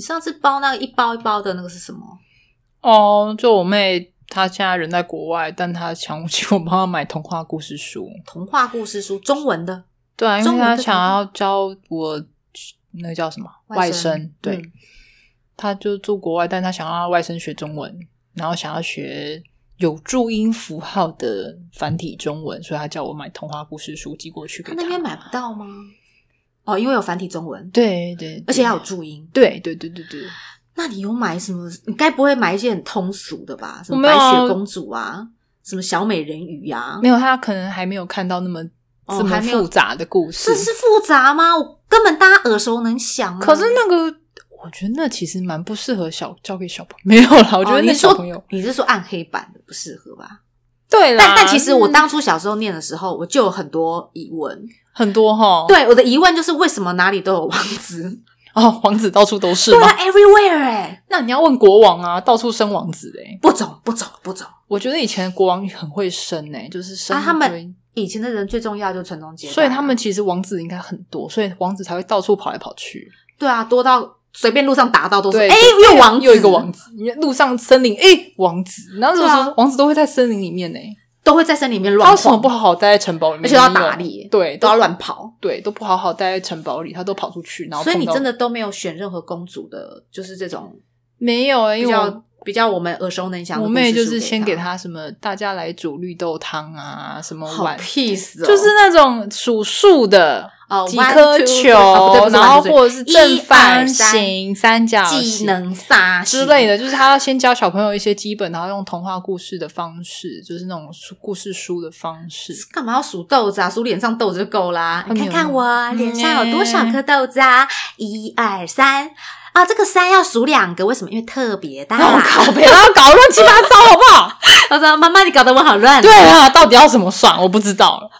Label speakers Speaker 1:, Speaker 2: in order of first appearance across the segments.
Speaker 1: 上次包那个一包一包的那个是什么？
Speaker 2: 哦，就我妹她现在人在国外，但她强 求我帮她买童话故事书。
Speaker 1: 童话故事书，中文的。
Speaker 2: 对啊，因
Speaker 1: 中
Speaker 2: 为
Speaker 1: 文
Speaker 2: 她
Speaker 1: 的
Speaker 2: 想
Speaker 1: 童话
Speaker 2: 要教我那个叫什么
Speaker 1: 外
Speaker 2: 外
Speaker 1: 甥
Speaker 2: 甥，对，
Speaker 1: 嗯
Speaker 2: 她就住国外，但她想要外甥学中文，然后想要学有注音符号的繁体中文，所以她叫我买童话故事书寄过去给
Speaker 1: 他
Speaker 2: 她。
Speaker 1: 那边买不到吗？哦，因为有繁体中文，
Speaker 2: 对对，
Speaker 1: 而且
Speaker 2: 对
Speaker 1: 要有注音。
Speaker 2: 对对对对对，
Speaker 1: 那你有买什么？你该不会买一些很通俗的吧？什么
Speaker 2: 我没
Speaker 1: 白
Speaker 2: 有啊
Speaker 1: 雪公主啊，什么小美人鱼呀、啊
Speaker 2: 没？有她可能还没有看到那么、
Speaker 1: 哦
Speaker 2: 这么
Speaker 1: 还没有
Speaker 2: 复杂的故事
Speaker 1: 这，是复杂吗？我根本大家耳熟能详、啊。
Speaker 2: 可是那个，我觉得那其实蛮不适合小交给小朋友。没有啦，我觉
Speaker 1: 哦
Speaker 2: 得
Speaker 1: 你
Speaker 2: 那
Speaker 1: 是
Speaker 2: 小朋友、
Speaker 1: 说你是说暗黑版的不适合吧？
Speaker 2: 对啦。
Speaker 1: 但但其实我
Speaker 2: 嗯
Speaker 1: 当初小时候念的时候，我就有很多疑问。
Speaker 2: 很多哈，
Speaker 1: 对，我的疑问就是为什么哪里都有王子？
Speaker 2: 哦，王子到处都是
Speaker 1: 对
Speaker 2: 嘛。
Speaker 1: 啊，everywhere 哎、
Speaker 2: 那你要问国王啊，到处生王子哎、
Speaker 1: 不懂不懂不懂。
Speaker 2: 我觉得以前国王很会生哎、就是生
Speaker 1: 啊，他
Speaker 2: 一堆
Speaker 1: 们以前的人最重要就是传宗接代啊，
Speaker 2: 所以他们其实王子应该很多，所以王子才会到处跑来跑去。
Speaker 1: 对啊，多到随便路上打到都是，
Speaker 2: 对，
Speaker 1: 哎，
Speaker 2: 就
Speaker 1: 又王子，
Speaker 2: 又一个王子，你路上森林，哎，王子，然后有时
Speaker 1: 对
Speaker 2: 候
Speaker 1: 啊
Speaker 2: 王子都会在森林里面呢、欸
Speaker 1: 都会在山里面
Speaker 2: 他
Speaker 1: 乱
Speaker 2: 为什么
Speaker 1: 晃，
Speaker 2: 不好好待在城堡里面？
Speaker 1: 而且都要
Speaker 2: 没有
Speaker 1: 打猎
Speaker 2: 对，
Speaker 1: 都
Speaker 2: 都
Speaker 1: 要乱跑。
Speaker 2: 对，都不好好待在城堡里，他都跑出去，然后
Speaker 1: 所以你
Speaker 2: 碰到
Speaker 1: 真的都没有选任何公主的，就是这种
Speaker 2: 没有啊、
Speaker 1: 比
Speaker 2: 因为我
Speaker 1: 较比较我们耳熟能详的
Speaker 2: 我
Speaker 1: 故事
Speaker 2: 妹就
Speaker 1: 书
Speaker 2: 是先给
Speaker 1: 她，
Speaker 2: 她什么大家来煮绿豆汤啊，什么
Speaker 1: 好
Speaker 2: 碗，
Speaker 1: peace，哦
Speaker 2: 就是那种数数的。
Speaker 1: 哦
Speaker 2: 几
Speaker 1: one,
Speaker 2: 颗
Speaker 1: two,
Speaker 2: 球
Speaker 1: three，哦不对不，是
Speaker 2: 然后
Speaker 1: one, two, three
Speaker 2: 或者是正方
Speaker 1: 一
Speaker 2: 形、三角
Speaker 1: 二三技
Speaker 2: 形
Speaker 1: 能杀
Speaker 2: 之类的，就是他要先教小朋友一些基本，然后用童话故事的方式，就是那种书故事书的方式。
Speaker 1: 干嘛要数豆子啊？数脸上豆子就够啦。
Speaker 2: 他
Speaker 1: 你
Speaker 2: 没有
Speaker 1: 看看我
Speaker 2: 嗯
Speaker 1: 脸哦上有啊多少颗豆子啊？一二三啊，这个三要数两个，为什么？因为特别大。
Speaker 2: 我 靠，不要啊搞乱七八糟，好不 好？
Speaker 1: 他说：“妈妈，你搞得我哦好乱。”
Speaker 2: 对，啊，到底要怎么算？我不知道了，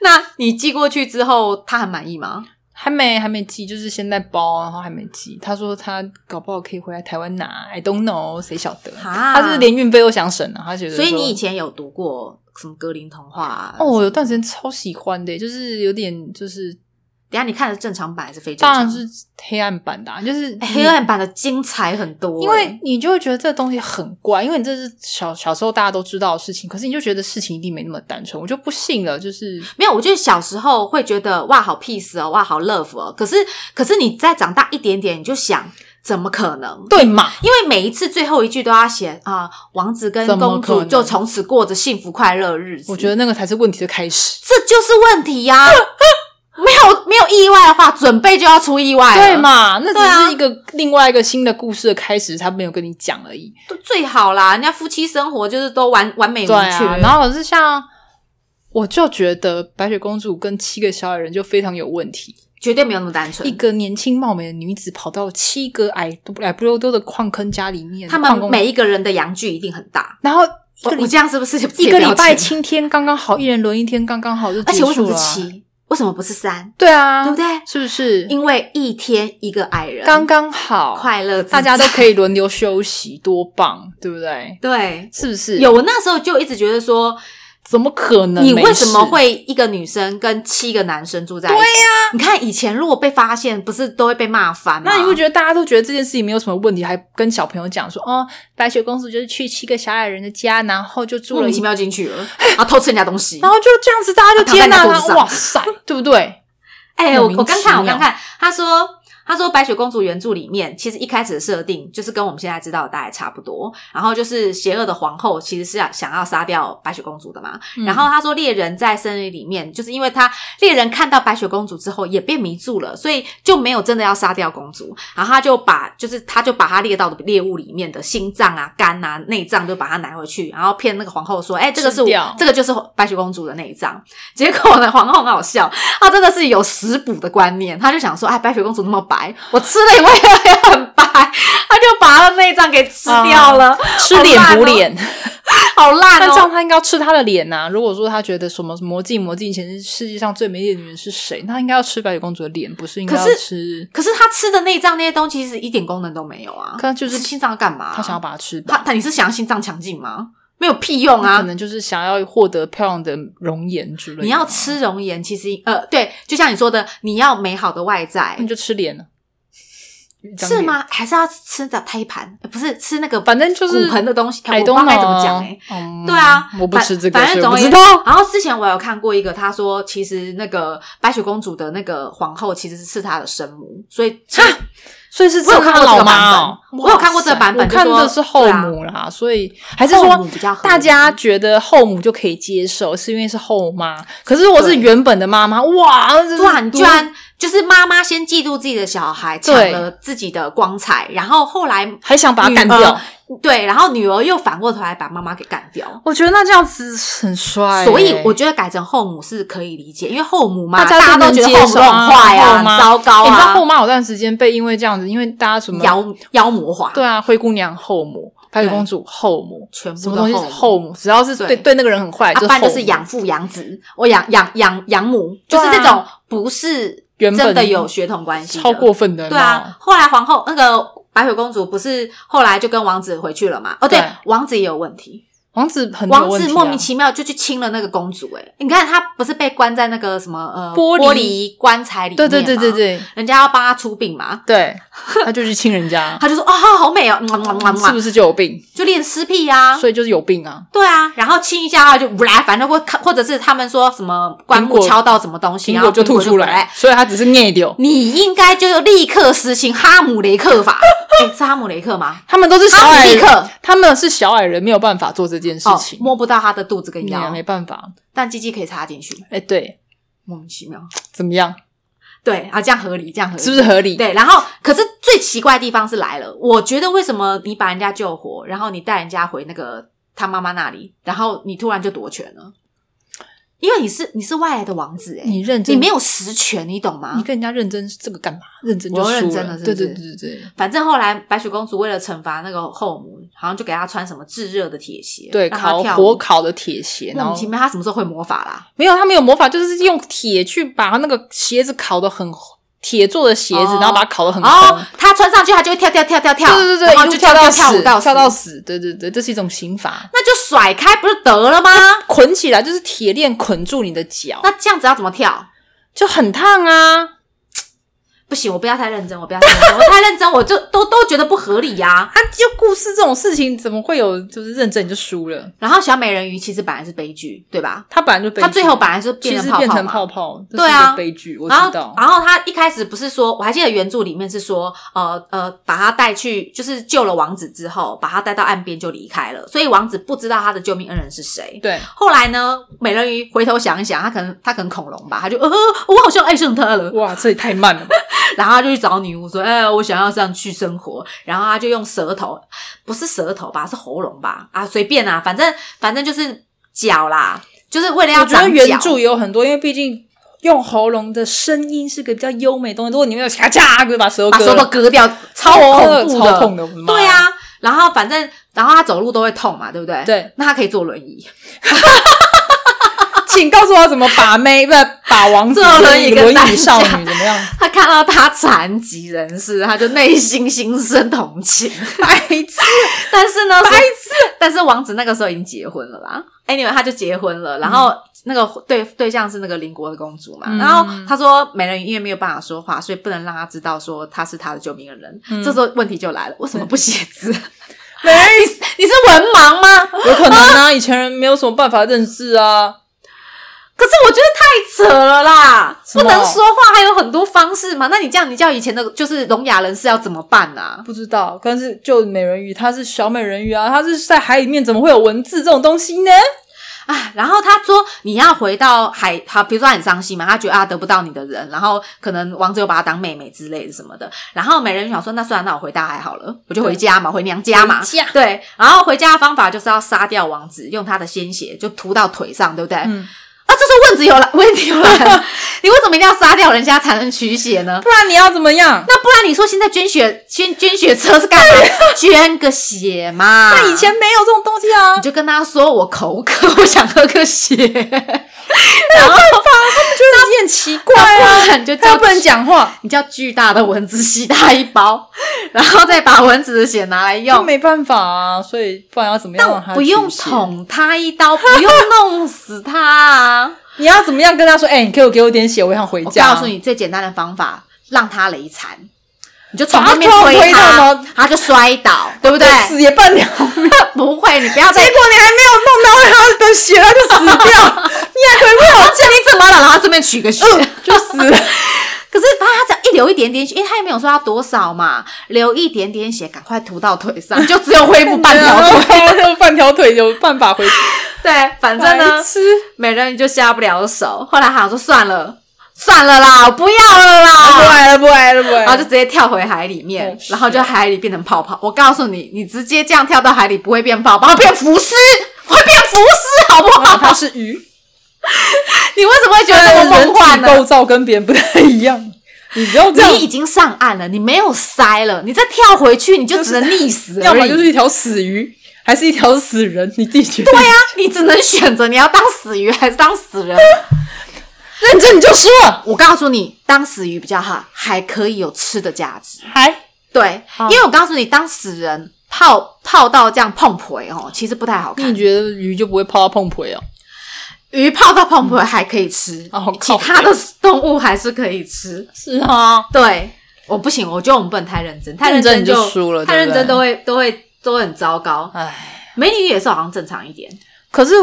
Speaker 1: 那你寄过去之后，他很满意吗？
Speaker 2: 还没还没寄，就是现在包，然后还没寄。他说他搞不好可以回来台湾拿，I don't know，谁晓得？
Speaker 1: 啊
Speaker 2: 他就是连运费都想省了、他觉得
Speaker 1: 所
Speaker 2: 说。
Speaker 1: 以你以前有读过什么格林童话、啊？
Speaker 2: 哦，我有段时间超喜欢的，就是有点就是，
Speaker 1: 等一下你看的正常版还是非正常？
Speaker 2: 当然是黑暗版的、啊，就是
Speaker 1: 哎黑暗版的精彩很多、
Speaker 2: 因
Speaker 1: 哎
Speaker 2: 为你就会觉得这东西很怪，因为你这是小小时候大家都知道的事情，可是你就觉得事情一定没那么单纯，我就不信了。就是
Speaker 1: 没有，我觉得小时候会觉得哇好 peace 哦，哇好 love 哦。可是可是你再长大一点点，你就想怎么可能？
Speaker 2: 对嘛？
Speaker 1: 因为每一次最后一句都要写啊、王子跟
Speaker 2: 怎么
Speaker 1: 公
Speaker 2: 可
Speaker 1: 主
Speaker 2: 能
Speaker 1: 就从此过着幸福快乐日子。
Speaker 2: 我觉得那个才是问题的开始，
Speaker 1: 这就是问题呀、 没有没有意外的话，准备就要出意外了。
Speaker 2: 对？嘛？那
Speaker 1: 对啊
Speaker 2: 只是一个、另外一个新的故事的开始，他没有跟你讲而已。
Speaker 1: 最好啦，人家夫妻生活就是都完完美无缺。
Speaker 2: 对啊，然后可是像我就觉得白雪公主跟七个小矮人就非常有问题。
Speaker 1: 绝对没有那么单
Speaker 2: 一
Speaker 1: 纯。
Speaker 2: 个年轻貌美的女子跑到七个矮矮不溜丢的矿坑家里面，
Speaker 1: 他
Speaker 2: 矿
Speaker 1: 们
Speaker 2: 工
Speaker 1: 每一个人的阳具一定很大。
Speaker 2: 然后一
Speaker 1: 我
Speaker 2: 个礼
Speaker 1: 我这样是不是
Speaker 2: 一个礼拜
Speaker 1: 七？
Speaker 2: 七天刚刚好，一人轮一天刚刚好就
Speaker 1: 而
Speaker 2: 结
Speaker 1: 且
Speaker 2: 束
Speaker 1: 为什
Speaker 2: 了啊、
Speaker 1: 么是七？为什么不是三？
Speaker 2: 对啊，
Speaker 1: 对不对？
Speaker 2: 是不是？
Speaker 1: 因为一天一个矮人，
Speaker 2: 刚刚好，
Speaker 1: 快乐自在，
Speaker 2: 大家都可以轮流休息，多棒，对不 对？
Speaker 1: 对。
Speaker 2: 是不是？
Speaker 1: 有，我那时候就一直觉得说，
Speaker 2: 怎么可能？
Speaker 1: 你为什么
Speaker 2: 没事？
Speaker 1: 会一个女生跟七个男生住在一起？对呀、你看以前如果被发现，不是都会被骂翻吗？
Speaker 2: 那你会觉得大家都觉得这件事情没有什么问题，还跟小朋友讲说，哦，白雪公主就是去七个小矮人的家，然后就住
Speaker 1: 莫
Speaker 2: 了
Speaker 1: 名
Speaker 2: 一
Speaker 1: 其，妙进去了， 然后偷吃人家东西。
Speaker 2: 然后就这样子，大家就接纳
Speaker 1: 躺在人家肚子
Speaker 2: 她，
Speaker 1: 上
Speaker 2: 哇塞，对不对？
Speaker 1: 哎、我
Speaker 2: 莫名
Speaker 1: 我刚看，
Speaker 2: 其
Speaker 1: 我刚
Speaker 2: 妙
Speaker 1: 看，他说。他说，《白雪公主》原著里面，其实一开始的设定就是跟我们现在知道的大概差不多。然后就是邪恶的皇后其实是要想要杀掉白雪公主的嘛。
Speaker 2: 嗯
Speaker 1: 然后他说，猎人在森林里面，就是因为他猎人看到白雪公主之后也被迷住了，所以就没有真的要杀掉公主。然后他就把，就是他就把他猎到的猎物里面的心脏啊、肝啊、内脏就把它拿回去，然后骗那个皇后说：“哎、这个是
Speaker 2: 吃掉
Speaker 1: 我，这个就是白雪公主的内脏。”结果呢，皇后很好笑，她真的是有食补的观念，她就想说，哎，白雪公主那么白，我吃了我也会很白，她就把她的内脏给吃掉了，
Speaker 2: 吃脸
Speaker 1: 好烂哦
Speaker 2: 补 脸，
Speaker 1: 好烂
Speaker 2: 啊但这
Speaker 1: 哦！
Speaker 2: 样他应该要吃她的脸呐、如果说他觉得什么魔镜魔镜以前是世界上最美丽的女人是谁，那他应该要吃白雪公主的脸，不是应该要
Speaker 1: 可是
Speaker 2: 吃？
Speaker 1: 可是她吃的内脏那些东西其实一点功能都没有啊，
Speaker 2: 可就是
Speaker 1: 吃心脏要干嘛、
Speaker 2: 他想要把它吃
Speaker 1: 她
Speaker 2: 吧。
Speaker 1: 她你是想要心脏强劲吗？没有屁用
Speaker 2: 他可
Speaker 1: 啊！
Speaker 2: 能就是想要获得漂亮的容颜之类的。
Speaker 1: 你要，吃容
Speaker 2: 嗯
Speaker 1: 颜，其实呃，对，就像你说的，你要美好的外在
Speaker 2: 那，你就吃脸了。张
Speaker 1: 是
Speaker 2: 脸？
Speaker 1: 吗？还是要吃的胎盘？呃不是吃那个，
Speaker 2: 反正就是
Speaker 1: 骨盆的东西，哎
Speaker 2: I
Speaker 1: 我不知道
Speaker 2: don't know
Speaker 1: 该怎么讲哎、
Speaker 2: 啊嗯
Speaker 1: 对啊，
Speaker 2: 我不
Speaker 1: 反
Speaker 2: 吃这个，
Speaker 1: 反
Speaker 2: 所
Speaker 1: 正
Speaker 2: 以我
Speaker 1: 总
Speaker 2: 不
Speaker 1: 而
Speaker 2: 知
Speaker 1: 言
Speaker 2: 道。
Speaker 1: 然后之前我有看过一个，他说其实那个白雪公主的那个皇后其实是她的生母，所以其实
Speaker 2: 所以是
Speaker 1: 我有看过这
Speaker 2: 老
Speaker 1: 个版
Speaker 2: 妈
Speaker 1: 本
Speaker 2: 哦，
Speaker 1: 我有看过这个版本
Speaker 2: 我看
Speaker 1: 就说啊
Speaker 2: 的是后母啦，所以还是
Speaker 1: 后
Speaker 2: 说
Speaker 1: 母比较合理
Speaker 2: 大家觉得后母就可以接受，是因为是后妈。可是我是
Speaker 1: 对
Speaker 2: 原本的妈妈，哇，
Speaker 1: 对啊，你
Speaker 2: 这
Speaker 1: 居然就是妈妈先嫉妒自己的小孩抢
Speaker 2: 对
Speaker 1: 了自己的光彩，然后后来
Speaker 2: 还想把她
Speaker 1: 女呃
Speaker 2: 干
Speaker 1: 儿
Speaker 2: 掉。
Speaker 1: 对，然后女儿又反过头来把妈妈给干掉。
Speaker 2: 我觉得那这样子很帅欸、
Speaker 1: 所以我觉得改成后母是可以理解，因为后母嘛，
Speaker 2: 大家
Speaker 1: 大
Speaker 2: 都
Speaker 1: 家都觉得
Speaker 2: 能接
Speaker 1: 后母
Speaker 2: 受
Speaker 1: 都
Speaker 2: 啊
Speaker 1: 很坏
Speaker 2: 后
Speaker 1: 啊，
Speaker 2: 妈
Speaker 1: 很糟糕
Speaker 2: 欸你知道后
Speaker 1: 啊，
Speaker 2: 妈有段时间被因为这样子，因为大家什么
Speaker 1: 妖妖魔化，
Speaker 2: 对啊，灰姑娘后母、白雪公主后母，
Speaker 1: 全部
Speaker 2: 什么
Speaker 1: 都
Speaker 2: 东西
Speaker 1: 后
Speaker 2: 是
Speaker 1: 母
Speaker 2: 后母，只要是对
Speaker 1: 对
Speaker 2: 对那个人很坏，
Speaker 1: 啊，不然就是
Speaker 2: 后母
Speaker 1: 养父、养子，我养养养养母，就
Speaker 2: 对啊
Speaker 1: 是这种不是
Speaker 2: 原本
Speaker 1: 真的有血统关系的，
Speaker 2: 超过分的，
Speaker 1: 对啊。后来皇后那个白雪公主不是后来就跟王子回去了嘛？哦，对
Speaker 2: 对，
Speaker 1: 王子也有问题，
Speaker 2: 王子很多
Speaker 1: 王
Speaker 2: 问
Speaker 1: 子
Speaker 2: 题啊
Speaker 1: 莫名其妙就去亲了那个公主、欸，你看他不是被关在那个什么呃
Speaker 2: 玻璃
Speaker 1: 棺材里面，
Speaker 2: 对对对对，对
Speaker 1: 人家要帮他出殡嘛。
Speaker 2: 对，他就去亲 人家，
Speaker 1: 他就说：“啊、哦，好美哦，嗯嗯嗯嗯
Speaker 2: 是不是就有病？
Speaker 1: 就恋尸癖呀、啊，
Speaker 2: 所以就是有病啊！
Speaker 1: 对啊，然后亲一下啊就来，反正或或者是他们说什么棺
Speaker 2: 苹
Speaker 1: 木
Speaker 2: 果
Speaker 1: 敲到什么东西，
Speaker 2: 苹
Speaker 1: 然
Speaker 2: 果
Speaker 1: 后
Speaker 2: 就吐出
Speaker 1: 苹果
Speaker 2: 来，所以他只是啮掉。
Speaker 1: 你应该就立刻实行哈姆雷克法， 诶是哈姆雷克吗？
Speaker 2: 他们都是小
Speaker 1: 哈姆
Speaker 2: 矮
Speaker 1: 立
Speaker 2: 人，
Speaker 1: 克
Speaker 2: 他们是小矮人，没有办法做这件事
Speaker 1: 哦，
Speaker 2: 情，
Speaker 1: 摸不到他的肚子跟
Speaker 2: 你啊
Speaker 1: 腰
Speaker 2: 也，没办法。
Speaker 1: 但鸡鸡可以插进去，
Speaker 2: 哎，对，
Speaker 1: 莫名其妙。
Speaker 2: 怎么样？
Speaker 1: 对啊，这样合理，这样合理，
Speaker 2: 是不是合理？
Speaker 1: 对，然后可是最奇怪的地方是来了，我觉得为什么你把人家救活，然后你带人家回那个他妈妈那里，然后你突然就夺权了？因为你是你是外来的王子哎、
Speaker 2: 你嗯认真，
Speaker 1: 你没有实权，你懂吗
Speaker 2: 你？跟人家认真这个干嘛？认真就
Speaker 1: 我
Speaker 2: 输了，
Speaker 1: 认真了是不
Speaker 2: 对
Speaker 1: 是
Speaker 2: 对对对对。
Speaker 1: 反正后来白雪公主为了惩罚那个后母，好像就给她穿什么炙热的铁鞋，
Speaker 2: 对，
Speaker 1: 让她
Speaker 2: 烤
Speaker 1: 跳舞
Speaker 2: 火烤的铁鞋，
Speaker 1: 莫
Speaker 2: 然
Speaker 1: 名
Speaker 2: 后
Speaker 1: 其妙，她什么时候会魔法啦？
Speaker 2: 没有，他没有魔法，就是用铁去把那个鞋子烤的很铁做的鞋子，
Speaker 1: 哦
Speaker 2: 然后把它烤的很
Speaker 1: 哦
Speaker 2: 红。，
Speaker 1: 她穿上去，她就会跳跳跳跳跳，
Speaker 2: 对对对
Speaker 1: 然
Speaker 2: 对，
Speaker 1: 后
Speaker 2: 一路
Speaker 1: 就
Speaker 2: 跳
Speaker 1: 跳
Speaker 2: 死，
Speaker 1: 舞到
Speaker 2: 跳到
Speaker 1: 死，
Speaker 2: 死。对对对，这是一种刑罚，
Speaker 1: 那就甩开不是得了吗？
Speaker 2: 捆起来就是铁链捆住你的脚，
Speaker 1: 那这样子要怎么跳？
Speaker 2: 就很烫啊。
Speaker 1: 不行，我不要太认真，我不要太认真，我太认真我就都都觉得不合理呀、
Speaker 2: 啊，就故事这种事情，怎么会有就是认真你就输了？
Speaker 1: 然后小美人鱼其实本来是悲剧，对吧？
Speaker 2: 他本来就被
Speaker 1: 她最后本来是变
Speaker 2: 其
Speaker 1: 成
Speaker 2: 实
Speaker 1: 泡
Speaker 2: 变
Speaker 1: 泡
Speaker 2: 成
Speaker 1: 嘛。
Speaker 2: 泡泡，这
Speaker 1: 对
Speaker 2: 是一
Speaker 1: 啊
Speaker 2: 个悲剧，我
Speaker 1: 然后
Speaker 2: 知，道。
Speaker 1: 然后她一开始不是说，我还记得原著里面是说，呃呃，把她带去，就是救了王子之后，把她带到岸边就离开了，所以王子不知道他的救命恩人是谁。
Speaker 2: 对，
Speaker 1: 后来呢，美人鱼回头想一想，他可能他可能恐龙吧，他就呃，我好像爱上他了，
Speaker 2: 哇，这也太慢了吧。
Speaker 1: 然后他就去找女巫说：“哎、我想要这样去生活。”然后他就用舌头，不是舌头吧，是喉咙吧？啊，随便啊，反正反正就是脚啦，就是为了要
Speaker 2: 我觉得
Speaker 1: 长
Speaker 2: 原
Speaker 1: 脚。
Speaker 2: 著也有很多，因为毕竟用喉咙的声音是个比较优美的东西。如果你没有咔嚓，就把舌头
Speaker 1: 把
Speaker 2: 割
Speaker 1: 舌
Speaker 2: 了
Speaker 1: 头割掉，超
Speaker 2: 哦
Speaker 1: 恐怖
Speaker 2: 超痛的，我的妈
Speaker 1: 对啊，然后反正，然后他走路都会痛嘛，对不对？。啊
Speaker 2: 对，
Speaker 1: 那他可以坐轮椅，
Speaker 2: 请告诉我怎么把妹，不是把王子
Speaker 1: 坐轮
Speaker 2: 轮
Speaker 1: 椅
Speaker 2: 椅
Speaker 1: 跟
Speaker 2: 轮
Speaker 1: 大
Speaker 2: 椅少
Speaker 1: 家
Speaker 2: 女怎么样？
Speaker 1: 他看到他残疾人士，他就内心心生同情。
Speaker 2: 白痴，
Speaker 1: 但是呢，白痴！但是王子那个时候已经结婚了啦。Anyway，他就结婚了，然后那个对对象是那个邻国的公主嘛。
Speaker 2: 嗯
Speaker 1: 然后他说，美人鱼因为没有办法说话，所以不能让她知道说他是她的救命恩人。
Speaker 2: 嗯
Speaker 1: 这时候问题就来了，为什么不写字？ 美人鱼，你是文盲吗？
Speaker 2: 有可能啊，以前人没有什么办法认识啊。
Speaker 1: 可是我觉得太扯了啦，
Speaker 2: 什
Speaker 1: 不
Speaker 2: 么
Speaker 1: 能说话还有很多方式嘛。那你这样，你叫以前的就是聋哑人士要怎么办啊？
Speaker 2: 不知道，但是就美人鱼，它是小美人鱼啊，它是在海里面，怎么会有文字这种东西呢？
Speaker 1: 啊，然后他说你要回到海，好，比如说他很伤心嘛，他觉得啊得不到你的人，然后可能王子又把他当妹妹之类的什么的。然后美人鱼想说，那算了，那我回大海好了，我就回家嘛，回娘家嘛
Speaker 2: 回家。
Speaker 1: 对，然后回家的方法就是要杀掉王子，用他的鲜血就涂到腿上，对不对？
Speaker 2: 嗯
Speaker 1: 啊，这是问题有了，问题有 了，你为什么一定要杀掉人家才能取血呢？
Speaker 2: 不然你要怎么样？
Speaker 1: 那不然你说现在捐血捐捐血车是干嘛？捐个血嘛。
Speaker 2: 啊那以前没有这种东西啊
Speaker 1: 你，就跟他说我口渴，我想喝个血，
Speaker 2: 就是有点奇怪啊。
Speaker 1: 不 然你就
Speaker 2: 他
Speaker 1: 叫
Speaker 2: 又不能讲话，
Speaker 1: 你叫巨大的蚊子吸它一包，然后再把蚊子的血拿来
Speaker 2: 就
Speaker 1: 用，
Speaker 2: 没办法啊，所以不然要怎么样让他
Speaker 1: 不用
Speaker 2: 出现？
Speaker 1: 捅它一刀，不用弄死它 啊！
Speaker 2: 你要怎么样跟他说？哎、你给我给我点血，我想回
Speaker 1: 我
Speaker 2: 家。
Speaker 1: 告诉，你最简单的方法，让它累残。你就从后面推
Speaker 2: 把他
Speaker 1: 他，
Speaker 2: 推到
Speaker 1: 他就摔倒，对 不对？
Speaker 2: 死也半条 命。
Speaker 1: 不会，你不要
Speaker 2: 结
Speaker 1: 再
Speaker 2: 果你还没有弄到他的血，他就死掉， 你还可以为
Speaker 1: 呃 这里怎么了？然后这边取个血。
Speaker 2: 我就死了。
Speaker 1: 可是发现他只要一流一点点血，因为他也没有说要多少嘛，流一点点血，赶快涂到腿上，就只有恢复半条腿。
Speaker 2: 腿，半条腿有办法回 去。
Speaker 1: 对，反正呢
Speaker 2: 白，痴，
Speaker 1: 美人鱼就下不了手。后来好像说算了，算了啦，我不要了
Speaker 2: 不
Speaker 1: 啦。
Speaker 2: 玩了，不玩了，不玩
Speaker 1: 然后就
Speaker 2: 了。
Speaker 1: 直接跳回海里面，
Speaker 2: 哦是
Speaker 1: 然后就海里变成泡泡。我告诉你，你直接这样跳到海里不会变泡泡，变浮 尸，会变浮尸，好不好？
Speaker 2: 他是 鱼，
Speaker 1: 你为什么会觉得这么
Speaker 2: 人啊
Speaker 1: 梦幻
Speaker 2: 体
Speaker 1: 呢？
Speaker 2: 构造跟别人不太一样，你不要这
Speaker 1: 你已
Speaker 2: 样，
Speaker 1: 经上岸了，你没有塞了，你再跳回去，你就只能溺死
Speaker 2: 要
Speaker 1: 而
Speaker 2: 么
Speaker 1: 已。
Speaker 2: 就是一条死鱼，还是一条死人，你自己决定。
Speaker 1: 对呀、 你只能选择你要当死鱼还是当死人。
Speaker 2: 认真你就输了，
Speaker 1: 我告诉你，当死鱼比较好，还可以有吃的价值。
Speaker 2: 还
Speaker 1: 对，
Speaker 2: 哦
Speaker 1: 因为我告诉你，当死人泡泡到这样碰腿哦，其实不太好
Speaker 2: 你
Speaker 1: 看。
Speaker 2: 觉得鱼就不会泡到碰腿哦？
Speaker 1: 鱼泡到碰腿还可以吃，
Speaker 2: 哦
Speaker 1: 其
Speaker 2: 靠
Speaker 1: 他的动物还是可以吃。
Speaker 2: 是啊，
Speaker 1: 对，我不行，我觉得我们不能太认真，太
Speaker 2: 认真
Speaker 1: 真
Speaker 2: 你就输了
Speaker 1: 太
Speaker 2: 对
Speaker 1: 认
Speaker 2: 不
Speaker 1: 真
Speaker 2: 对
Speaker 1: 都会都会都会很糟糕。
Speaker 2: 唉，
Speaker 1: 美女与野兽好像正常一点，
Speaker 2: 可是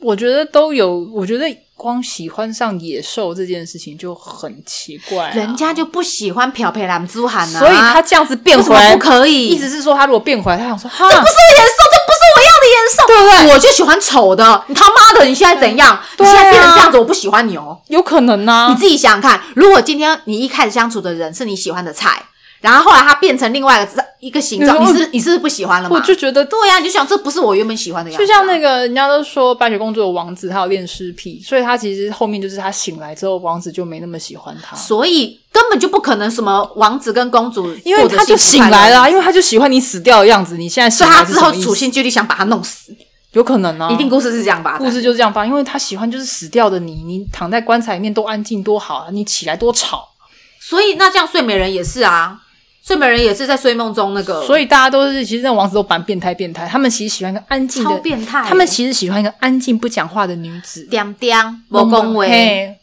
Speaker 2: 我觉得都有，我觉得光喜欢上野兽这件事情就很奇怪啊、
Speaker 1: 人家就不喜欢漂培蓝珠涵啊，
Speaker 2: 所以他这样子变
Speaker 1: 为什
Speaker 2: 回
Speaker 1: 么
Speaker 2: 来
Speaker 1: 不可以？
Speaker 2: 意思是说，他如果变回来，他想说，哈，
Speaker 1: 这不是野兽，这不是我要的野兽，对不对？我就喜欢丑的，你他妈的，你现在怎样？
Speaker 2: 对
Speaker 1: 你现在变成
Speaker 2: 对啊
Speaker 1: 这样子，我不喜欢你哦。
Speaker 2: 有可能呢、
Speaker 1: 你自己想想看，如果今天你一开始相处的人是你喜欢的菜，然后后来他变成另外一个一个形状，
Speaker 2: 你
Speaker 1: 你
Speaker 2: 说
Speaker 1: 是你是不是不喜欢了嘛？
Speaker 2: 我就觉得，
Speaker 1: 对啊呀、你就想这不是我原本喜欢的样子、啊
Speaker 2: 就像那
Speaker 1: 个，
Speaker 2: 个人家都说白雪公主有王子，她有恋尸癖，所以她其实后面就是她醒来之后，王子就没那么喜欢她，
Speaker 1: 所以根本就不可能什么王子跟公主，
Speaker 2: 因为她就醒来了啊、，因为她就喜欢你死掉的样子，你现在
Speaker 1: 所
Speaker 2: 醒
Speaker 1: 以他
Speaker 2: 来是
Speaker 1: 之
Speaker 2: 什
Speaker 1: 后
Speaker 2: 么意
Speaker 1: 处
Speaker 2: 思？
Speaker 1: 心积虑想把他弄死，
Speaker 2: 有可能啊，
Speaker 1: 一定故事是这样吧？
Speaker 2: 故事就是这样发，因为她喜欢就是死掉的你，你躺在棺材里面多安静多好啊，你起来多吵，
Speaker 1: 所以那这样睡美人也是啊，睡美人也是在睡梦中那个，
Speaker 2: 所以大家都是其实那王子都蛮变态变态，他们其实喜欢一个安静
Speaker 1: 超
Speaker 2: 的。
Speaker 1: 变态。
Speaker 2: 他们其实喜欢一个安静不讲话的女子，
Speaker 1: 点点某恭维
Speaker 2: 嗯嘿，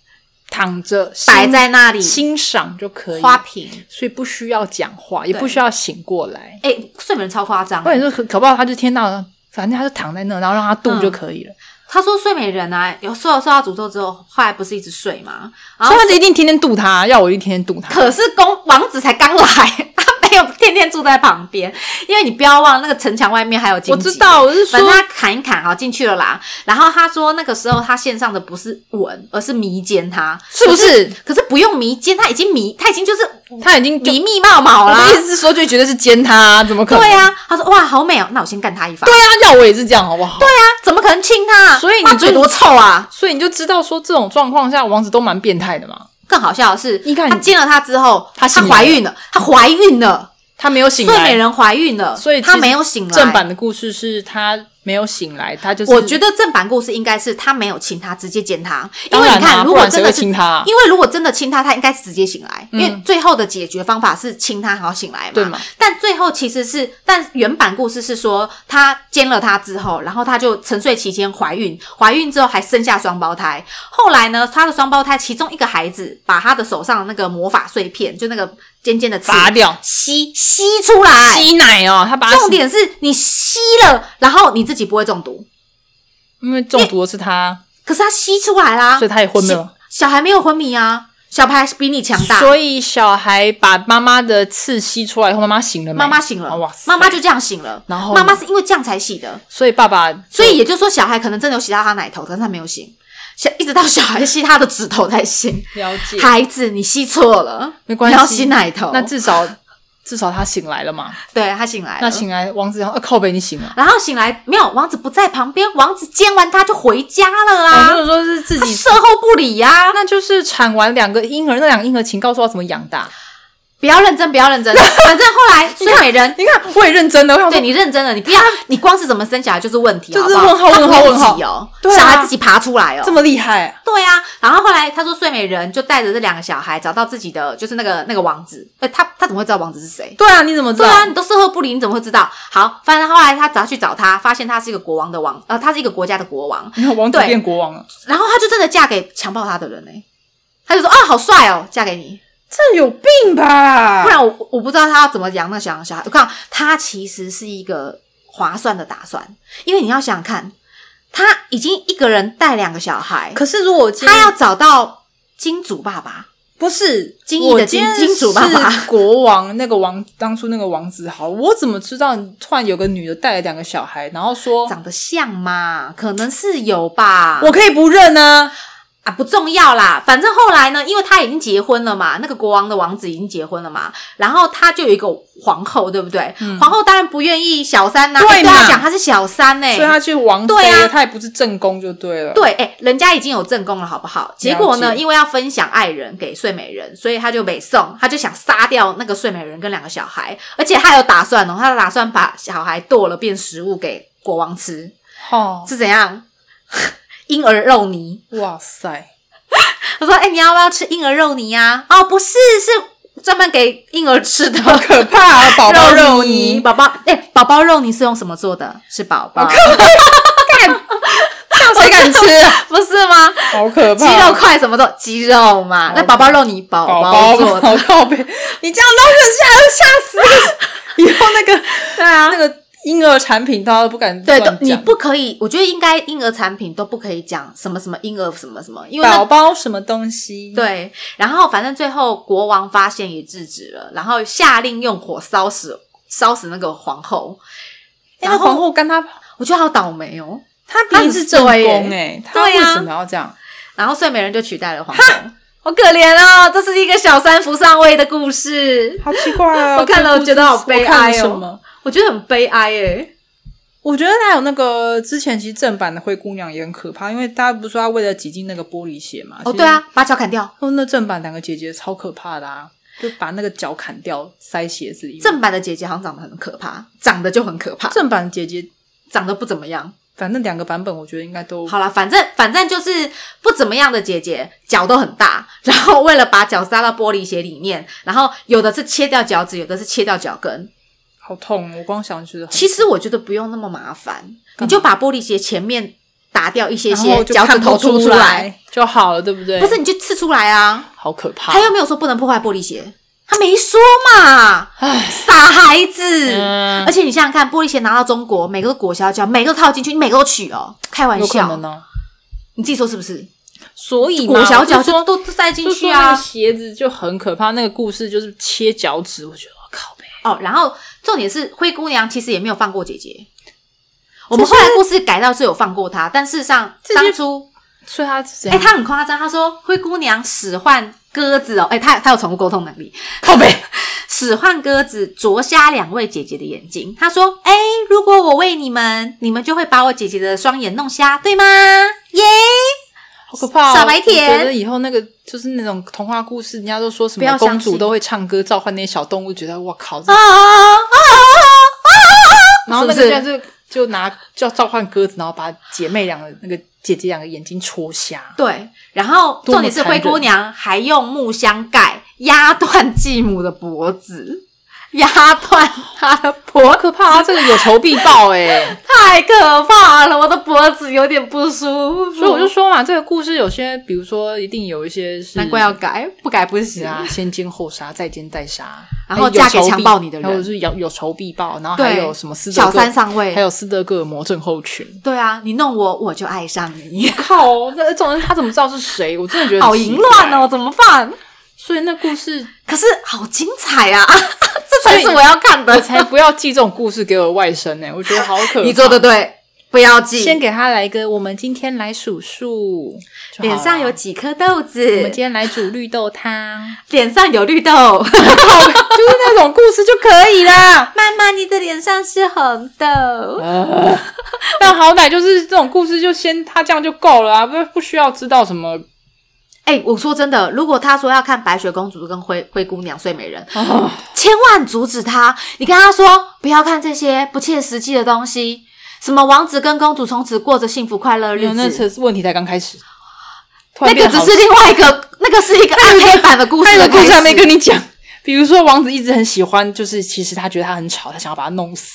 Speaker 2: 躺着
Speaker 1: 摆在那里
Speaker 2: 欣欣赏就可以，
Speaker 1: 花瓶，
Speaker 2: 所以不需要讲话，也
Speaker 1: 对
Speaker 2: 不需要醒过来。
Speaker 1: 哎、睡美人超夸张
Speaker 2: 或。者说，可可不好，他就天到，反正他就躺在那，然后让他度就可以了。
Speaker 1: 他说睡美人啊，有受受到诅咒之后，后来不是一直睡吗？然后
Speaker 2: 所以他就一定天天度他，要我一定天天度他。
Speaker 1: 可是公王子才刚来， 他没有天天住在旁边，因为你不要忘了那个城墙外面还有荆
Speaker 2: 我
Speaker 1: 棘。
Speaker 2: 知道，我是说
Speaker 1: 反，正他砍一砍，好进去了啦。然后他说那个时候他献上的不是吻，而是迷奸他，
Speaker 2: 是不是？
Speaker 1: 可是不用迷奸，他已经迷，他已经就是
Speaker 2: 他已经就
Speaker 1: 迷密冒毛
Speaker 2: 我
Speaker 1: 啦
Speaker 2: 的。意思是说，就觉得是奸他，啊怎么可能？
Speaker 1: 对呀、他说哇，好美哦，那我先干他一发。
Speaker 2: 对啊，要我也是这样，好不好？对啊，
Speaker 1: 怎么可能亲他？
Speaker 2: 所以你
Speaker 1: 他
Speaker 2: 就
Speaker 1: 嘴多臭啊！
Speaker 2: 所以你就知道说，这种状况下，王子都蛮变态的嘛。
Speaker 1: 更好笑的是，
Speaker 2: 你看
Speaker 1: 他见了她之后，她
Speaker 2: 她醒来
Speaker 1: 怀孕了，她怀孕了，
Speaker 2: 他没有醒
Speaker 1: 睡美
Speaker 2: 来，
Speaker 1: 人怀孕了，
Speaker 2: 所以其实
Speaker 1: 她没有醒来。
Speaker 2: 正，版的故事是他没有醒来，他就是
Speaker 1: 我觉得正版故事应该是她没有亲他，直接见他，因
Speaker 2: 当
Speaker 1: 为
Speaker 2: 然
Speaker 1: 你看，
Speaker 2: 啊
Speaker 1: 如
Speaker 2: 不
Speaker 1: 果
Speaker 2: 然谁
Speaker 1: 真
Speaker 2: 会
Speaker 1: 的是
Speaker 2: 亲他啊
Speaker 1: 因为如果真的亲他，他应该是直接醒来，
Speaker 2: 嗯
Speaker 1: 因为最后的解决方法是亲他，好醒来嘛。
Speaker 2: 对嘛？
Speaker 1: 但最后其实是，但原版故事是说，她奸了他之后，然后她就沉睡期间怀孕，怀孕之后还生下双胞胎。后来呢，她的双胞胎其中一个孩子把她的手上的那个魔法碎片，就那个尖尖的刺
Speaker 2: 拔掉
Speaker 1: 吸吸出来。
Speaker 2: 吸奶哦，他把它
Speaker 1: 重点是你吸了，然后你自己不会中毒，
Speaker 2: 因为中毒的是他，
Speaker 1: 可是她吸出来啦，
Speaker 2: 所以他也昏迷了。
Speaker 1: 小小孩没有昏迷啊，小孩比你强大。
Speaker 2: 所以小孩把妈妈的刺吸出来以后，妈妈醒了没
Speaker 1: 妈妈醒了，
Speaker 2: 哦哇塞！
Speaker 1: 妈妈就这样醒了。
Speaker 2: 然后呢
Speaker 1: 妈妈是因为这样才洗的，
Speaker 2: 所以爸爸，
Speaker 1: 所以也就是说，小孩可能真的有洗到他奶头，但是他没有醒，小一直到小孩吸他的指头才 醒。
Speaker 2: 了解
Speaker 1: 孩子，你吸错了，
Speaker 2: 没关
Speaker 1: 你要
Speaker 2: 系
Speaker 1: 吸奶头。
Speaker 2: 那至少至少他醒来了嘛。
Speaker 1: 对他醒来了，
Speaker 2: 那醒来，王子想，啊靠北，你醒了。
Speaker 1: 然后醒来没有？王子不在旁边，王子奸完他就回家了
Speaker 2: 啊，
Speaker 1: 啊，
Speaker 2: 如果说是自
Speaker 1: 他
Speaker 2: 己，
Speaker 1: 售后不理呀、
Speaker 2: 那就是产完两个婴儿，那两个婴儿请告诉我怎么养啊大。
Speaker 1: 不要认真，不要认 真。反正后来睡美人，
Speaker 2: 你看，我也认真的，我想
Speaker 1: 对
Speaker 2: 说，
Speaker 1: 你认真了，你不要，你光是怎么生小孩就是问题，
Speaker 2: 就是
Speaker 1: 好不好
Speaker 2: 问号
Speaker 1: 他不
Speaker 2: 问号
Speaker 1: 会
Speaker 2: 问号
Speaker 1: 挤哦，
Speaker 2: 对啊
Speaker 1: 小孩自己爬出来哦
Speaker 2: 这。么厉害啊，
Speaker 1: 对啊，然后后来他说睡美人就带着这两个小孩找到自己的就是那个那个王子，呃，他他怎么会知道王子是谁？
Speaker 2: 对啊，你怎么知
Speaker 1: 对
Speaker 2: 道？
Speaker 1: 啊，你都事后不理，你怎么会知道？好，反正后来他只要去找他，发现他是一个国王的王，呃，他是一个国家的国王，
Speaker 2: 你看王子
Speaker 1: 对
Speaker 2: 变国王了，
Speaker 1: 欸然后他就真的嫁给强暴他的人嘞、他就说啊，好帅哦，嫁给你，
Speaker 2: 这有病吧？
Speaker 1: 不然我我不知道他要怎么养那小小孩。我看他其实是一个划算的打算，因为你要想想看，他已经一个人带两个小孩，
Speaker 2: 可是如果我今天
Speaker 1: 他要找到金主爸爸，
Speaker 2: 不是
Speaker 1: 金翼的金
Speaker 2: 我今天
Speaker 1: 金主爸爸
Speaker 2: 是 国王那个王，当初那个王子豪，我怎么知道突然有个女的带了两个小孩，然后说
Speaker 1: 长得像嘛？可能是有吧。
Speaker 2: 我可以不认呢、
Speaker 1: 啊，不重要啦。反正后来呢，因为他已经结婚了嘛，那个国王的王子已经结婚了嘛，然后他就有一个皇后，对不对？
Speaker 2: 嗯
Speaker 1: 皇后当然不愿意小三呐、
Speaker 2: 对
Speaker 1: 哎
Speaker 2: 嘛
Speaker 1: 对他讲他是小三呢、
Speaker 2: 所以他去王妃
Speaker 1: 对啊
Speaker 2: 了，他也不是正宫就哎对了。
Speaker 1: 对，哎、人家已经有正宫了，好不好？结果
Speaker 2: 了
Speaker 1: 呢，
Speaker 2: 解
Speaker 1: 因为要分享爱人给睡美人，所以他就北送，他就想杀掉那个睡美人跟两个小孩，而且他有打算哦，他打算把小孩剁了变食物给国王吃，
Speaker 2: 哦，
Speaker 1: 是怎样？ 婴儿肉泥。
Speaker 2: 哇 塞，
Speaker 1: 我说：“哎、你要不要吃婴儿肉泥呀、哦，不是，是专门给婴儿吃的
Speaker 2: 好可怕啊！宝宝肉泥，
Speaker 1: 宝宝，哎、宝宝肉泥是用什么做的？是宝宝，
Speaker 2: 这样谁敢吃啊？
Speaker 1: 不是吗？
Speaker 2: 好可
Speaker 1: 鸡
Speaker 2: 怕！
Speaker 1: 肉块什么做？鸡肉嘛。那宝宝肉泥，宝
Speaker 2: 宝
Speaker 1: 宝
Speaker 2: 宝
Speaker 1: 做的。
Speaker 2: 好靠背，你这样弄得下吓死 你！以后那个
Speaker 1: 对啊
Speaker 2: 那个婴儿产品，大家都不敢
Speaker 1: 对，
Speaker 2: 乱
Speaker 1: 都
Speaker 2: 讲
Speaker 1: 你不可以，我觉得应该婴儿产品都不可以讲什么什么婴儿什么什么，因为那
Speaker 2: 宝宝什么东西？，
Speaker 1: 对，然后反正最后国王发现也制止了，然后下令用火烧死烧死那个皇后。
Speaker 2: 哎，
Speaker 1: 然
Speaker 2: 那
Speaker 1: 后
Speaker 2: 皇后跟他
Speaker 1: 我觉得好倒霉哦。
Speaker 2: 他明明是正
Speaker 1: 他很衰
Speaker 2: 宫
Speaker 1: 耶
Speaker 2: 哎，他
Speaker 1: 对
Speaker 2: 为
Speaker 1: 啊
Speaker 2: 什么要这样？
Speaker 1: 然后睡美人就取代了皇后。好可怜哦，这是一个小三扶上位的故事，
Speaker 2: 好奇怪啊！
Speaker 1: 我看了我
Speaker 2: 这故事
Speaker 1: 觉得好悲哀哦
Speaker 2: 我看了什么
Speaker 1: 我觉得很悲哀欸耶。
Speaker 2: 我觉得还有那个之前其实正版的灰姑娘也很可怕，因为大家不是说她为了挤进那个玻璃鞋嘛？
Speaker 1: 哦，对啊，把脚砍掉。
Speaker 2: 其实，哦，那正版两个姐姐超可怕的啊，就把那个脚砍掉塞鞋子里面。
Speaker 1: 正版的姐姐好像长得很可怕，长得就很可怕，
Speaker 2: 正版姐姐，
Speaker 1: 长得不怎么样。
Speaker 2: 反正两个版本我觉得应该都
Speaker 1: 好啦，反正反正就是不怎么样的姐姐，脚都很大， 然后为了把脚塞到玻璃鞋里面，然后有的是切掉脚趾，有的是切掉脚跟。
Speaker 2: 好痛哦，我光想就是
Speaker 1: 其实我觉得不用那么麻烦，你就把玻璃鞋前面打掉一些
Speaker 2: 然
Speaker 1: 些，
Speaker 2: 后就
Speaker 1: 脚趾
Speaker 2: 看
Speaker 1: 头
Speaker 2: 不
Speaker 1: 凸
Speaker 2: 出
Speaker 1: 出来，
Speaker 2: 来就好了，对不对？
Speaker 1: 不是，你就刺出来啊。
Speaker 2: 好可怕，
Speaker 1: 他又没有说不能破坏玻璃鞋，他没说嘛，
Speaker 2: 唉，
Speaker 1: 傻孩子。
Speaker 2: 嗯
Speaker 1: 而且你想想看，玻璃鞋拿到中国，每个都裹小脚，每个都套进去，你每个都取哦，开玩
Speaker 2: 有可
Speaker 1: 笑
Speaker 2: 能，呢。
Speaker 1: 你自己说是不是？
Speaker 2: 所以嘛
Speaker 1: 裹小脚
Speaker 2: 我就
Speaker 1: 就
Speaker 2: 说
Speaker 1: 都都塞进
Speaker 2: 就
Speaker 1: 去
Speaker 2: 说那
Speaker 1: 啊
Speaker 2: 个。鞋子就很可怕，那个故事就是切脚趾，我觉得我靠呗，
Speaker 1: 哦，然后重点是灰姑娘其实也没有放过姐姐。我们后来故事改到是有放过她，但事实上
Speaker 2: 这些啊
Speaker 1: 当初，
Speaker 2: 所以他是怎
Speaker 1: 哎、
Speaker 2: 样？
Speaker 1: 她很夸张，她说灰姑娘使唤鸽子哦，哎、她她有宠物沟通能力，
Speaker 2: 靠呗，
Speaker 1: 使唤鸽子啄瞎两位姐姐的眼睛。他说：“哎、如果我喂你们，你们就会把我姐姐的双眼弄瞎，对吗？耶、
Speaker 2: 好可怕、哦！
Speaker 1: 傻白甜
Speaker 2: 我觉得以后那个就是那种童话故事，人家都说什
Speaker 1: 不要
Speaker 2: 么
Speaker 1: 相
Speaker 2: 公主
Speaker 1: 信
Speaker 2: 都会唱歌召唤那些小动物，觉得哇靠！这
Speaker 1: 啊啊啊！
Speaker 2: 然后那
Speaker 1: 是
Speaker 2: 个
Speaker 1: 不
Speaker 2: 居
Speaker 1: 是
Speaker 2: 然就就拿叫召唤鸽子，然后把姐妹两个那个姐姐两个眼睛戳瞎。
Speaker 1: 对，然后
Speaker 2: 多么
Speaker 1: 重点是
Speaker 2: 残
Speaker 1: 灰
Speaker 2: 忍
Speaker 1: 姑娘还用木箱盖压断继母的脖子， 压断她的脖
Speaker 2: 好可怕啊！这个有仇必报哎、
Speaker 1: 太可怕了，我的脖子有点不舒服，
Speaker 2: 所以我就说嘛，这个故事有些，比如说一定有一些 是
Speaker 1: 难怪要改，不改不行。
Speaker 2: 啊， 先奸后杀，再奸再杀，
Speaker 1: 然后
Speaker 2: 还有
Speaker 1: 嫁给
Speaker 2: 仇必
Speaker 1: 强暴你的人
Speaker 2: 还有就是有有仇必报，然后
Speaker 1: 对
Speaker 2: 还有什么斯德
Speaker 1: 小
Speaker 2: 哥
Speaker 1: 三上位
Speaker 2: 还有斯德哥尔摩症候群。
Speaker 1: 对啊，你弄我，我就爱上 你。”
Speaker 2: 靠，那这种人他怎么知道是谁？我真的觉得
Speaker 1: 好
Speaker 2: 很奇
Speaker 1: 淫乱
Speaker 2: 怪
Speaker 1: 哦，。怎么办？
Speaker 2: 所以那故事，
Speaker 1: 可是好精彩啊， 这才是我要看
Speaker 2: 我
Speaker 1: 的。
Speaker 2: 才不要寄这种故事给我外甥欸呢、我觉得好可 怕。
Speaker 1: 你做的对，不要记。
Speaker 2: 先给他来一个，我们今天来数数，就好了
Speaker 1: 脸上有几颗豆
Speaker 2: 啊我
Speaker 1: 子
Speaker 2: 们今，天来煮绿豆汤，
Speaker 1: 脸上有绿豆，
Speaker 2: 就是那种故事就可以 啦。
Speaker 1: 妈妈，你的脸上是红豆。
Speaker 2: 呃，但好歹就是这种故事，就先他这样就够了啊，不不需要知道什么。
Speaker 1: 哎、我说真的，如果他说要看白雪公主跟灰灰姑娘、睡美人，
Speaker 2: 啊
Speaker 1: 千万阻止他。你跟他说不要看这些不切实际的东西，什么王子跟公主从此过着幸福快乐的
Speaker 2: 没有，那
Speaker 1: 日子，
Speaker 2: 次问题才刚开始，突
Speaker 1: 那个
Speaker 2: 然变得
Speaker 1: 只
Speaker 2: 好
Speaker 1: 是另外一个，那个是一个暗黑版的故
Speaker 2: 他
Speaker 1: 事
Speaker 2: 有
Speaker 1: 的
Speaker 2: 个故
Speaker 1: 开
Speaker 2: 事还
Speaker 1: 始。
Speaker 2: 没跟你讲。比如说，王子一直很喜欢，就是其实他觉得他很吵，他想要把他弄死。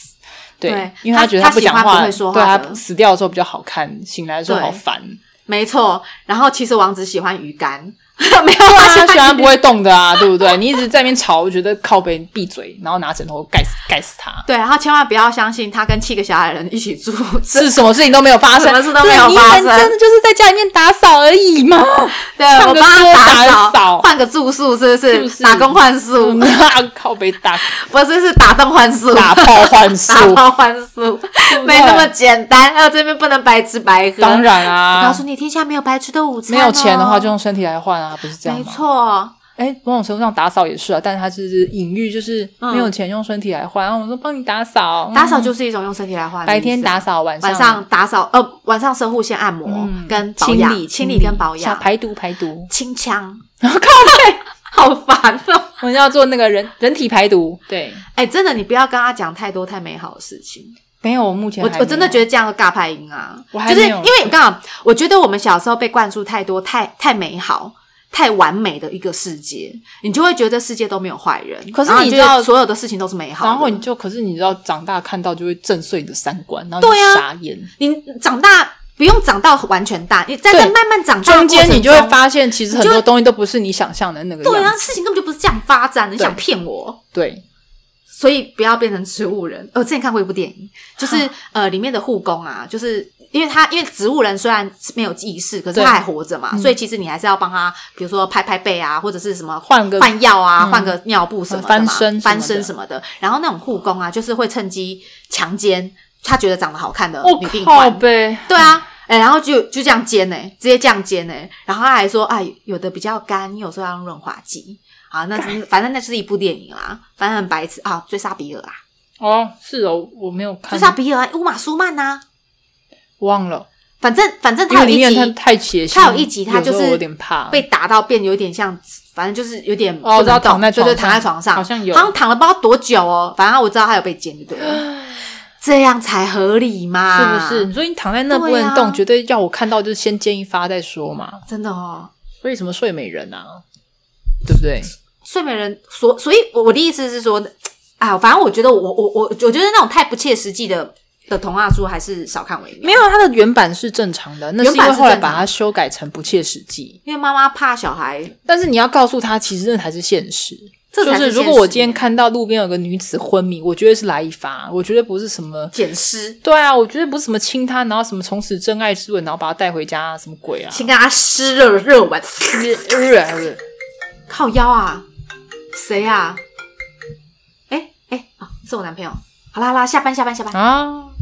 Speaker 2: 对，
Speaker 1: 对
Speaker 2: 因为他觉得
Speaker 1: 他
Speaker 2: 不讲
Speaker 1: 他喜欢
Speaker 2: 话，
Speaker 1: 不会说
Speaker 2: 对
Speaker 1: 话的
Speaker 2: 他死掉的时候比较好看，醒来的时候
Speaker 1: 对
Speaker 2: 好烦。
Speaker 1: 没错，然后其实王子喜欢鱼竿， 没有
Speaker 2: 对啊，
Speaker 1: 啊，
Speaker 2: 喜欢不会动的啊，对不对？你一直在那边吵，我觉得靠背闭嘴，然后拿枕头盖死盖死他。
Speaker 1: 对，然后千万不要相信他跟七个小矮人一起住，
Speaker 2: 是什么事情都没有发生，
Speaker 1: 什么事都没有
Speaker 2: 对
Speaker 1: 发生
Speaker 2: 你们真的就是在家里面打扫而已嘛，
Speaker 1: 对
Speaker 2: 唱
Speaker 1: 我
Speaker 2: 个
Speaker 1: 帮他
Speaker 2: 歌打
Speaker 1: 扫，
Speaker 2: 扫
Speaker 1: 换个住宿是不
Speaker 2: 是不是
Speaker 1: 打工换宿，
Speaker 2: 啊，靠背打
Speaker 1: 不是是打灯换宿，
Speaker 2: 打炮换宿，
Speaker 1: 打包换宿，
Speaker 2: 对不对
Speaker 1: 没那么简单。还有这边不能白吃白喝，
Speaker 2: 当然
Speaker 1: 我
Speaker 2: 啊
Speaker 1: 告诉，你，天下没有白吃的午餐、哦
Speaker 2: 没有钱的话就。用身体来换啊，不是这样
Speaker 1: 没
Speaker 2: 吗？
Speaker 1: 错，
Speaker 2: 哎，某种程度上打扫也是啊，但是它就是隐喻，就是
Speaker 1: 嗯
Speaker 2: 没有钱用身体来换。然后我说帮你打扫，
Speaker 1: 打扫
Speaker 2: 嗯
Speaker 1: 就是一种用身体来换的意
Speaker 2: 白
Speaker 1: 思啊。
Speaker 2: 天打扫，晚
Speaker 1: 晚上
Speaker 2: 上
Speaker 1: 打扫，呃，晚上深护线按摩、
Speaker 2: 嗯
Speaker 1: 跟保
Speaker 2: 清
Speaker 1: 养、
Speaker 2: 理
Speaker 1: 清理跟保
Speaker 2: 像
Speaker 1: 养、
Speaker 2: 排毒排毒。
Speaker 1: 清 腔，
Speaker 2: 好烦哦！ 我们要做那个人人体排毒，对，
Speaker 1: 哎、真的，你不要跟他讲太多太美好的事情。
Speaker 2: 没有，我目前
Speaker 1: 我我真的觉
Speaker 2: 得
Speaker 1: 得这样尬拍音啊，
Speaker 2: 我还
Speaker 1: 就是
Speaker 2: 没
Speaker 1: 因
Speaker 2: 有
Speaker 1: 为我刚好，我觉得我们小时候被灌输太多太太美好。太完美的一个世界，你就会觉得这世界都没有坏人。
Speaker 2: 可是
Speaker 1: 然后
Speaker 2: 你
Speaker 1: 就
Speaker 2: 知道
Speaker 1: 所有的事情都是美好的。
Speaker 2: 然后你就，可是你知道，长大看到就会震碎你的三观，然后
Speaker 1: 对啊
Speaker 2: 你傻眼。
Speaker 1: 你长大不用长到完全大，你在
Speaker 2: 对
Speaker 1: 在慢慢长大的
Speaker 2: 中
Speaker 1: 过
Speaker 2: 间
Speaker 1: 程
Speaker 2: 你就会
Speaker 1: 中，
Speaker 2: 发现，其实很
Speaker 1: 就
Speaker 2: 多
Speaker 1: 会
Speaker 2: 东西都不是你想象的那个
Speaker 1: 对啊
Speaker 2: 样，子。
Speaker 1: 事情根本就不是这样发展的。你
Speaker 2: 对
Speaker 1: 想骗我，
Speaker 2: 对，
Speaker 1: 所以不要变成植物人。呃我之前看过一部电影，就是呃里面的护工啊，就是因为他因为植物人虽然是没有意识，可是
Speaker 2: 对
Speaker 1: 他还活着嘛，
Speaker 2: 嗯
Speaker 1: 所以其实你还是要帮他，比如说拍拍背啊，或者是什么
Speaker 2: 换个
Speaker 1: 换药啊，
Speaker 2: 嗯
Speaker 1: 换个尿布什么的嘛
Speaker 2: 翻身什么的
Speaker 1: 翻身什么的。然后那种护工啊，就是会趁机强奸他觉得长得好看的
Speaker 2: 我
Speaker 1: 女病
Speaker 2: 靠
Speaker 1: 患。
Speaker 2: 呗，
Speaker 1: 对啊，哎、然后就就这样煎呢、直接这样煎呢、然后他还说，哎，有的比较干，你有时候要用润滑剂。啊，那 真反正那就是一部电影啦，反正很白痴啊，追杀比尔啊，
Speaker 2: 哦，是哦，我没有
Speaker 1: 追
Speaker 2: 看，
Speaker 1: 杀比尔、啊，乌玛舒曼呐、啊，
Speaker 2: 忘了，
Speaker 1: 反正反正
Speaker 2: 因
Speaker 1: 他
Speaker 2: 为
Speaker 1: 有
Speaker 2: 里
Speaker 1: 一
Speaker 2: 面它
Speaker 1: 集
Speaker 2: 太血腥，
Speaker 1: 他有一集他
Speaker 2: 有时
Speaker 1: 就
Speaker 2: 候
Speaker 1: 是
Speaker 2: 我有点怕
Speaker 1: 被打到变有点像，反正就是有点
Speaker 2: 哦，我知道
Speaker 1: 不能
Speaker 2: 躺在
Speaker 1: 动对
Speaker 2: 床上，
Speaker 1: 对，躺在床上，
Speaker 2: 好像有
Speaker 1: 好，像躺了不知道多久哦，反正我知道他有被煎就对 了，这样才合理嘛，
Speaker 2: 是不是？？你说你躺在那不
Speaker 1: 对啊
Speaker 2: 能动，绝对要我看到就是先煎一发再说嘛。
Speaker 1: 真的哦，
Speaker 2: 所以什么睡美人啊，对不对？
Speaker 1: 睡美人，所所以，我我的意思是说，啊，反正我觉得我我我我觉得那种太不切实际的的童话书还是少看为妙。
Speaker 2: 没有，它的原版是正常的，那是
Speaker 1: 原
Speaker 2: 因
Speaker 1: 版
Speaker 2: 为
Speaker 1: 是
Speaker 2: 后来
Speaker 1: 正常
Speaker 2: 把它修改成不切实际。
Speaker 1: 因为妈妈怕小孩，
Speaker 2: 但是你要告诉他，其实那才是现实。
Speaker 1: 这才
Speaker 2: 就是是如果
Speaker 1: 现实
Speaker 2: 我今天看到路边有个女子昏迷，我绝对是来一发，我绝对不是什 么。
Speaker 1: 捡尸，
Speaker 2: 对啊，我绝对不是什么亲她，然后什么从此真爱之吻，然后把她带回家、什么鬼啊？
Speaker 1: 先跟他湿热热 完，呃靠腰啊，谁哦啊？哎哎啊，是我男朋友。好啦好啦，下班下班下班，
Speaker 2: 啊！